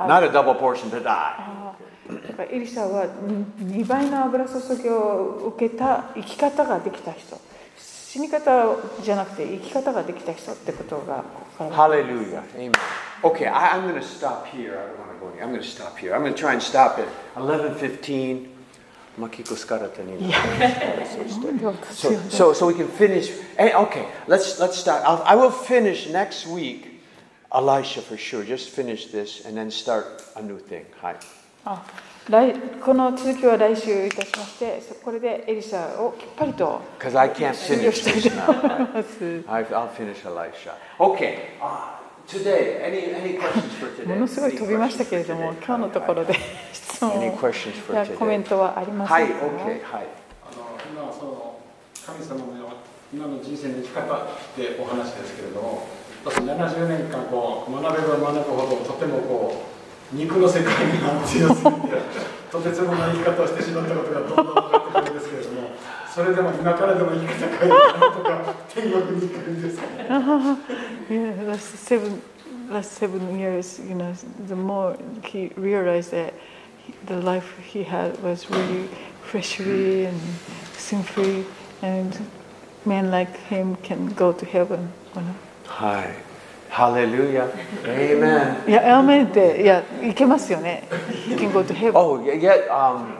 B: Ah.
A: not a double portion to die.
B: あーだからエリシャは2倍の油注ぎを受けた生き方ができた人死に方じゃなくて生き方ができた人ってことがここから
A: Hallelujah. Amen. Okay, I, I'm going to stop here. I don't want to go any- I'm going to stop here. I'm going to try and stop at 11:15. Makiko skarata ni- So, so, so we can finish. eh, Okay, let's let's start. I'll, I will finish next week, Elisha for sure. Just finish this and then start a new thing. Hi.
B: あ来この続きは来週いたしましてそこれでエリシャをきっぱりと
A: Because I can't
B: 終了
A: finish
B: したい
A: this
B: と
A: now.
B: 思い
A: Hi.
B: ます
A: I, I'll finish Elisha. Okay. Uh, today, any any questions for today?
B: ものすごい
A: Any
B: 飛びましたけれ
A: questions
B: ど
A: for
B: も
A: today?
B: 今日のところで質
A: Any
B: 問
A: questions for
B: やコメン
A: today?
B: トはありま
A: Hi.
B: せんか
A: Okay. Hi.
C: あの今その神様の今の人生の生き方ってお話ですけれども私70年間こう学べば学ぶほどとてもこう肉の世界に強すぎてとてつもない言い方をしてしまったことがどんどん分かってくるんですけれどもそれでも今からでも言い方変えるとか天国に行くんですかね
B: Yeah, that's seven, last seven years, you know, the more he realized that he, the life he had was really free and sin free, and men like him can go to heaven. You know?
A: はい。ハレルヤ。Amen.
B: Yeah, amen. Yeah, 行けますよね. He can go to heaven.
A: Oh, y- yet, um,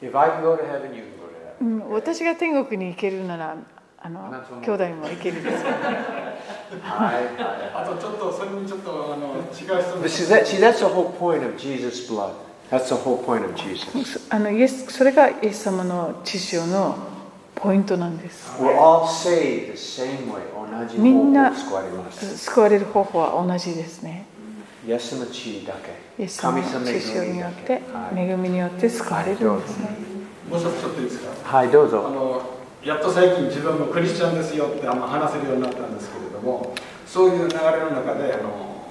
A: if I can go to heaven, you can go to heaven.
B: うん私が天国に行けるなら、あ
A: あな
B: の
A: たも
B: 兄弟も行けるです。
A: はいはい
C: あ
A: は
C: とちょっとそれにちょっとあの違う質
A: い。
C: 問
A: But see, that, see, that's the whole point of Jesus' blood. That's the whole point of Jesus.
B: あのイエスそれがイエス様の血潮のポイントなんです。
A: We're all saved the same way. 同じ方法を救われます。
B: 救われる方法は同じですね。
A: イエスの血だけ。
B: イエス様の血潮によって、恵みによって救われるんですね。
C: もう一つちょっといいですかあ
A: はい、どうぞ。
C: のやっと最近自分もクリスチャンですよってあんま話せるようになったんですけれどもそういう流れの中であの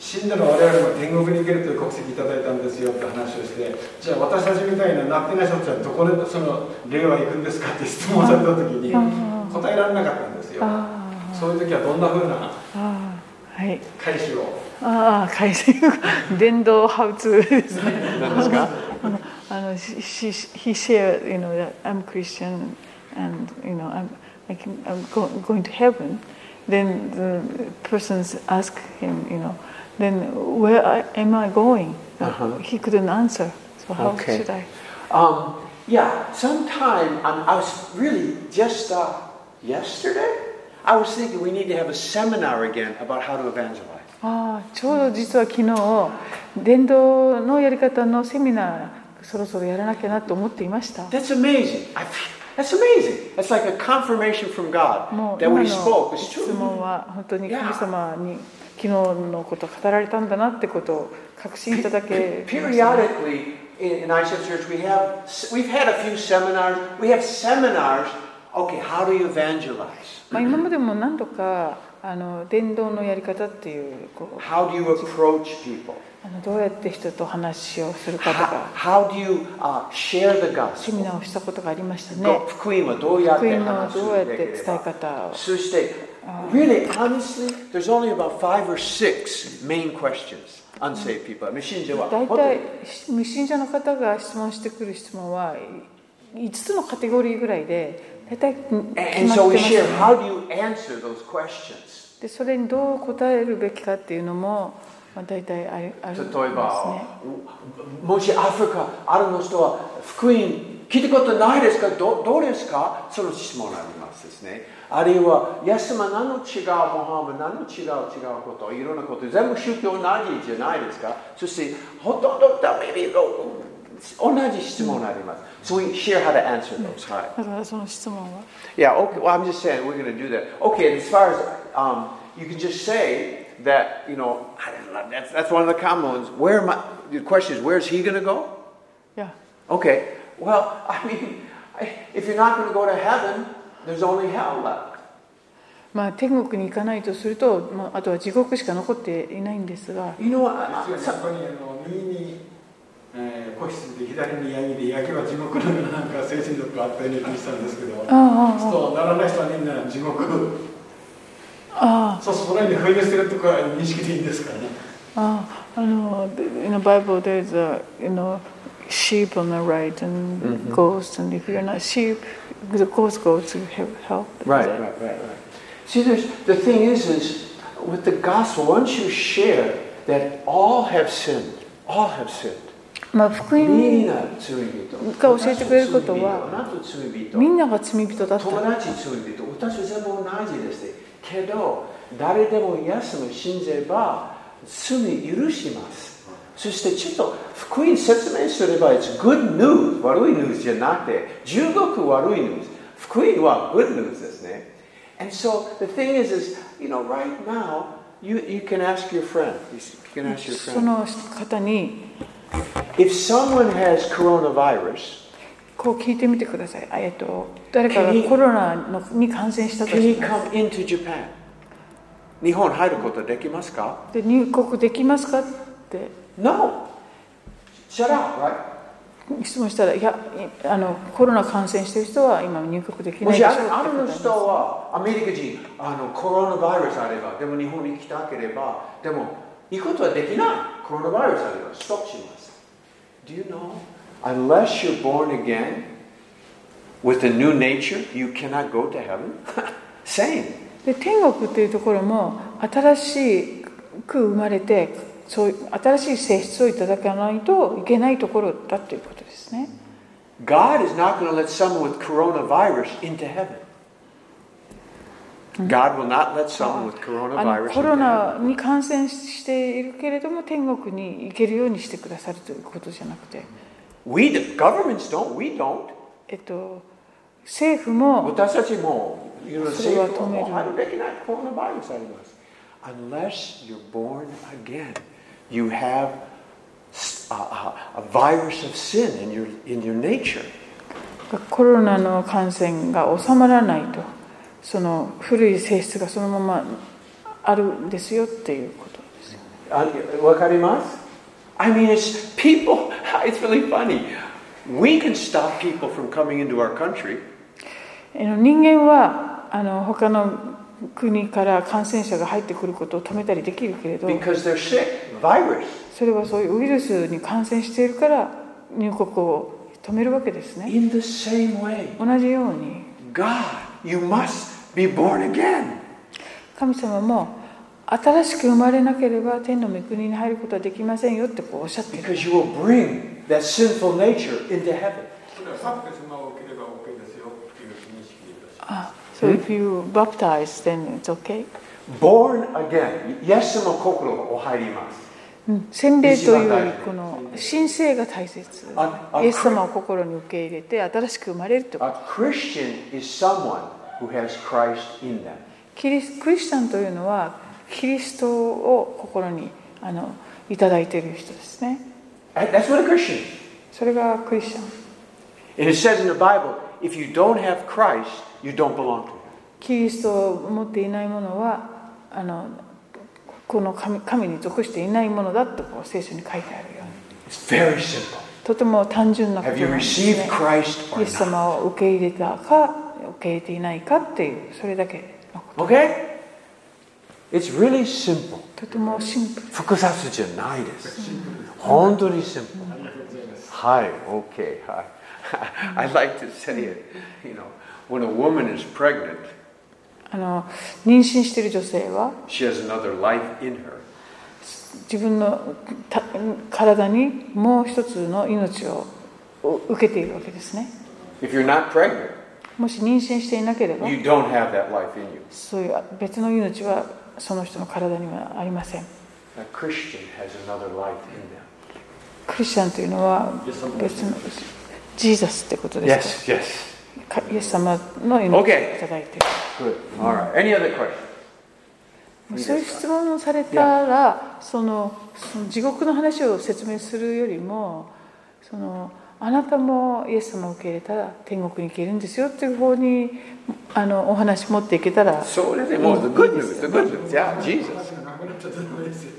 C: 死んだら我々も天国に行けるという国籍いただいたんですよって話をしてじゃあ私たちみたいななってない人たちはどこでその霊は行くんですかって質問された時に
B: あ
C: 答えられなかったんですよ
B: あ
C: そういう時はどんなふうな
B: あああはい。
C: 回収を
B: ああ改善 電動ハウツーですね。
A: 何ですか
B: あの、she, she, he shared, you know, that I'm Christian and, you know, I'm, I can, I'm go, going to heaven. Then the persons ask him, you know, then where I, am I going?
A: Uh-huh.
B: He couldn't answer. So how
A: Okay.
B: should I?
A: Um, yeah, sometime um, I was really just uh, yesterday, I was thinking we need to have a seminar again about how to evangelize.
B: ああ、ちょうど実は昨日、伝道のやり方のセミナー、そろそろやらなきゃなと思っていました。
A: That's amazing. I, that's amazing. That's like a confirmation from God
B: もう
A: that what
B: 今の
A: He spoke was
B: 質
A: true.
B: 問は本当に神様に昨日のことを語られたんだなってことを確信いただけ
A: Periodically in, in ISF Church, we have we've had a few seminars. We have seminars. Okay, how do you evangelize?
B: まあ今までも何度かあの伝道のやり方っていうこう
A: How do you approach people?
B: あのどうやって人と話をするかと
A: How,
B: か
A: how do you uh, share the
B: セ
A: gospel?
B: ミナーをしたことがありましたね
A: 福音はどうやっ
B: 福
A: て
B: 音の
A: 話す
B: どうやって伝え
A: べきか
B: 方を
A: So stay. Really, honestly, there's only about five or six main questions unsaved people. 無信者は
B: 大
A: 本当
B: 体
A: に
B: 無信者の方が質問してくる質問はい5つのカテゴリーぐらいで大体決まっ
A: And,
B: て
A: and
B: ます
A: so we share
B: よね
A: how do you answer those questions?
B: でそれにどう答えるべきかっていうのも、まあ、大体あるある
A: 例え
B: んですね
A: ば、もしアフリカ、アラブの人は福音聞いたことないですかどどうですかその質問がありますですね。あるいは、イエス様何の違う、モハム何の違う、違うこと、いろんなこと、全部宗教同じじゃないですかそして、ほとんどダメに同じ質問があります。So we share how to answer those. はい。
B: だからその質問は
A: Yeah, okay, well, I'm just saying we're going to do that. Okay, and as far as um, you can just say that, you know, I didn't love that's, that's one of the common ones. Where am I? The question is, where's he going to go?
B: いや
A: Okay, well, I mean, I, if you're not going to go to heaven, there's only hell left.
B: まあ天国に行かないとすると、まあ、あとは地獄しか残っていないんですが
A: You know, I,
C: 実
A: I,
C: はそ
A: some,
C: こにあの右に、えー、個室で左にヤギでヤギは地獄のなんか精神力があったように感じたんですけど
B: あ
C: そうならない人はみんな地獄
B: あああ
C: そうそこら辺で不意してるとか認識でいいんですかね
B: あああの in the Bible there's a you know sheep on the right and ghost and if you're not sheep the ghost goes to hell
A: right, right, right, right. See, there's, the thing is, is with the gospel, once you share that all have sinned, all have sinned,
B: まあ福音
A: みんな罪人。
B: が教えてくれることは、
A: あなた罪人。
B: みんなが罪人だった
A: 友達罪人、私は全部同じですね。けど、誰でもイエスを信じれば、罪許します。そしてちょっと福音説明すれば、It's good news、悪いニュースじゃなくて、十分悪いニュース。福音は good news ですね。And so the thing is, is you know, right now, you, you can ask your friend. You can ask your
B: そ
A: friend.
B: の方に
A: If someone has coronavirus,
B: こう聞いてみてください。あえっと、誰かがコロナのに感染したと
A: Can
B: し
A: he
B: ま
A: come
B: す
A: into Japan? 日本入ることできますか
B: で入国できますかって
A: ?No! Shut up, right?
B: 質問したら、いや、いあのコロナ感染している人は今、入国できない
A: も
B: で
A: し
B: しょ
A: あ
B: うって
A: のあ
B: 答え
A: の
B: ます
A: 人はアメリカ人あのコロナバイルスあればでも日本に来たければでも行くことはできないコロナバイルスあればストップします Do you know unless you're born again with a new nature you cannot go to heaven same
B: で天国っていうところも新しく生まれてそういう新しい性質をいただかないといけないところだということですね
A: God is not going to let someone with coronavirus into heaven God will not let someone with
B: あ
A: coronavirus
B: の
A: into
B: コロ
A: heaven.
B: ナに感染しているけれども天国に行けるようにしてくださるということじゃなくて、
A: We do, governments don't we don't
B: えっと、政府も
A: 私たちもいろいろ
B: それは
A: 政府は
B: 止める
A: もう入るべきないコロナバイルスあります。Unless you're born again, you have a, a, a virus of sin in your, in your nature.
B: コロナの感染が収まらないとその古い性質がそのままあるんですよっていうことですよ。
A: あわかります I mean, it's people, it's really funny. We can stop people from coming into our country.
B: あの人間はあの他の国から感染者が入ってくることを止めたりできるけれど
A: Because they're sick, virus.
B: それはそういうウイルスに感染しているから入国を止めるわけですね
A: In the same way,
B: 同じように
A: God, you must be born again.
B: 神様も新しく生まれなければ天の御国に入ることはできませんよってこうおっしゃってる
A: Because you will bring that sinful nature into heaven.
C: それはバプテスマを受ければ OK ですよっていう認識です
B: So if you baptize then it's okay
A: Born again. イエスの心がお入ります。
B: うん洗礼というより
A: 一番大事
B: この神聖が大切
A: ああ
B: イエス様を心に受け入れて新しく生まれるってこと
A: A Christian is someone who has Christ in them.
B: キリスクリスチャンというのはキリストを心にあのいただいている人ですね
A: And That's what a Christian is.
B: それがクリスチャン
A: And it says in the Bible, if you don't have Christ, you don't belong to him.
B: キリストを持っていないものはあのこの神神に属していないものだとこう聖書に書いてあるように
A: It's very simple.
B: とても単純なこと
A: Have
B: な
A: you
B: んです、ね
A: received、Christ or
B: イエス
A: not?
B: 様を受け入れたか受け入れていないかっていうそれだけのこ
A: Okay? It's really simple.
B: ととてもシンプル
A: 複雑じゃないです。本当にシンプル。はい、OK、はい。I like to say it, you know, when a woman is pregnant,
B: あの妊娠している女性は
A: she has another life in her.
B: 自分のた体にもう一つの命を受けているわけですね
A: If you're not pregnant,
B: もし妊娠していなければ
A: you don't have that life in you.
B: そういう別の命はその人の体にはありません
A: A Christian has another life in them.
B: クリスチャンというのは別のジーザスってことです
A: yes.
B: かイエス様の命をいただいている
A: Good. All right. Any other questions?
B: もうそういう質問をされたらそのその地獄の話を説明するよりもそのあなたもイエス様を受け入れたら天国に行けるんですよっていう方にあのお話持っていけたら
A: So it is. Well, the good news, the good news. Yeah, Jesus.
C: 話が長くなっちゃダメですよ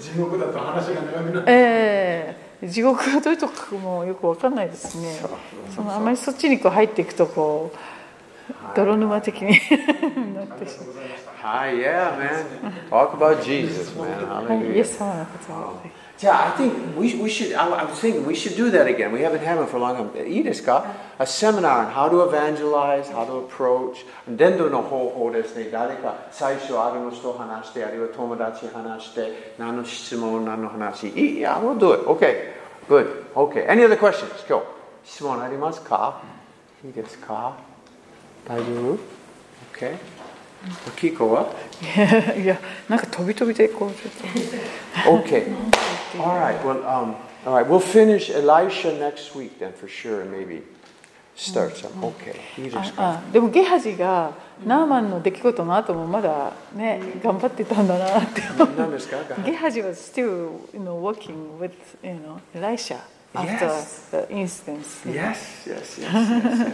C: 地獄だと話が長くなっ
B: ええ地獄がどういうとこかもよくわかんないですねそのあまりそっちにこう入っていくとこう泥沼的に なってしま
A: Hi, yeah, man. Talk about Jesus, man.
B: うはいイ
A: Hallelujah.
B: エス様のことを
A: Yeah, I think we, we should, I, I was thinking we should do that again. We haven't had one for a long time. いいですか A seminar on how to evangelize, how to approach, 伝道の方法ですね。誰か最初あるの人を話して、あるいは友達話して、何の質問、何の話。いい、yeah, E, we'll do it. Okay, good. Okay. Any other questions? 今日。質問ありますかいいですか大丈夫 ?Okay. キコは
B: いやなんか飛び飛びでこうちょっと
A: Okay. All right. Well, um, all right. We'll finish Elisha next week then for sure, and maybe start some. Okay. You
B: あ
A: just
B: あでもゲハジがナーマンの出来事の後もまだね頑張ってたんだなって
A: uh.
B: 思う ゲ
A: Yes.
B: ハジは still you know, working with you know, Elisha after
A: Yes.
B: the incidents
A: Yes. Yes. Yes. Yes. Yes.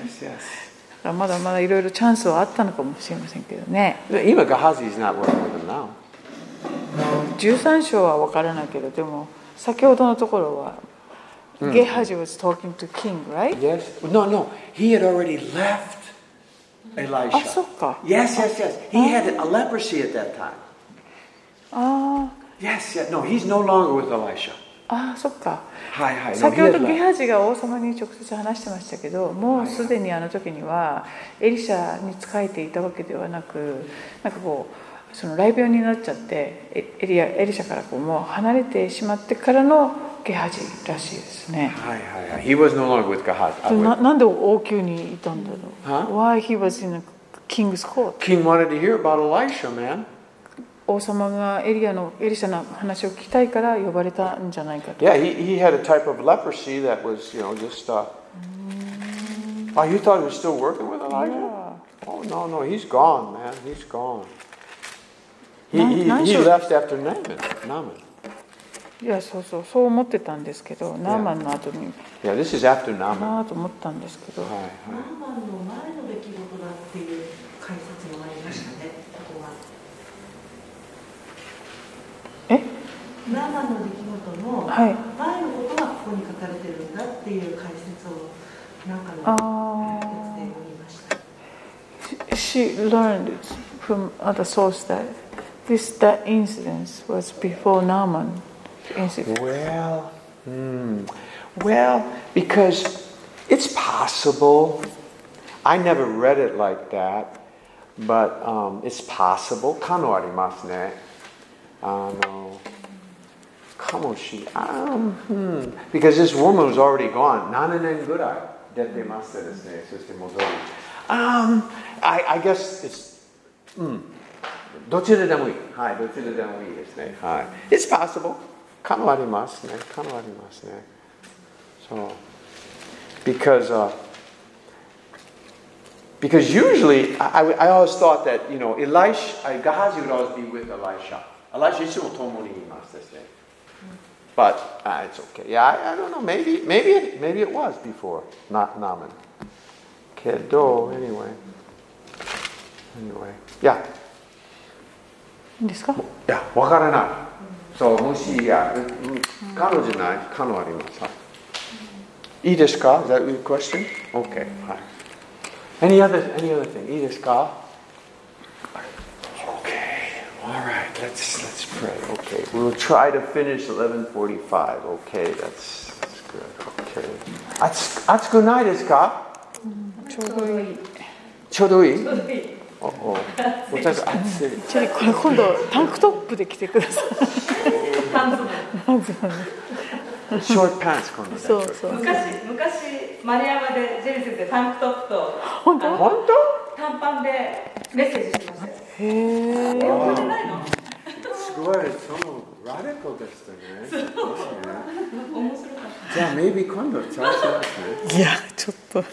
B: まだまだいろいろチャンスはあったのかもしれませんけどね
A: yes. Ima Gahazi's not working with him now.
B: 13章は分からないけどでも先ほどのところは Gehazi was talking to king, right?
A: Yes? No, no. He had already left Elisha.
B: あ、そっか。
A: Yes, yes, yes. He had a leprosy at that time.
B: あ
A: Yes, yes. No, he's no longer with Elisha.
B: あ、ああ、そっか。
A: Hi, hi. No, he
B: 先ほ
A: had
B: どゲ
A: left.
B: ハジが王様に直接話してましたけどもうすでにあの時にはエリシャに仕えていたわけではなくなんかこうその雷病になっちゃってエエリアエリシャからこうもう離れてしまってからのゲハジらしいですね
A: Hi, hi, hi. He was no longer with Gehazi.
B: それななんで王宮にいたんだろ
A: は
B: う Why he was in a king's court
A: King wanted to hear about Elisha, man.
B: 王様がエリアのエリシャの話を聞きたいから呼ばれたんじゃないかと
A: Yeah, he, he had a type of leprosy that was, you know, just. Uh... Oh, you thought he was still working with Elijah? Oh, no, no. He's gone, man. He's gone. He,
B: Ni-
A: he, he
B: Nigel-
A: left after Naaman. Naaman.
B: いやそうそうそう思ってたんですけどナーマンの後に
A: Yeah, this is after
B: か
A: Naaman.
B: なと思ったんですけど
A: Hi,
D: ナ
A: hi.
D: ーマンの前の出来事だっていう解説もありましたね、ここは。
B: え
D: ナーマンの出来事の
B: はい
D: 前のことがここに書かれてるんだっていう解説をなんか
B: あ
D: のやつで
B: あ
D: 読みました。
B: she learned from other source that this that incident was before Naaman incident
A: Well, hmm. well, because it's possible. I never read it like that, but um, it's possible. 可能ありますね。あの、かもし、um, hmm. Because this woman was already gone. 7年ぐらい出てましたですね。そして戻る。Um, I, I guess it's どちらでもいい。はい、どちらでもいいですね。はい。It's possible. 可能ありますね。可能ありますね。そう。Because, uh, because usually, I, I, I always thought that, you know, Elisha, uh, Gehazi would always be with Elisha. Elisha いつも共にいますですね。But, uh, it's okay. Yeah, I, I don't know. Maybe, maybe it, maybe it was before, not Naaman. けど、anyway. Anyway. Yeah.
B: いいんですか
A: いや、わからない。そう、もし、いや、うん彼女ない、彼女あります。はい、いいですか ?Is that your question?OK、はい。Any other, any other thing? いいですか ?OK。Alright, let's, let's pray. OK. We'll try to finish 1145. OK, that's, that's good. OK. 暑暑くないですか
B: ちょうどいい
A: ちょうどいいおお私暑い。
B: チェリーこれ今度タンクトップで着てください
E: 半ズボン
A: ショートパンツ今度ね。
B: そうそう
E: 昔昔丸山でジェリー先生タンクトップと
B: 本当
A: 本当
E: 短パンでメッセージしてましたよ
B: へえ
E: え本当じゃないの
A: すごい、そのラディカルですね。
E: 面白かった
A: じゃあ、maybe 今度チャンスですね。
B: いやちょっと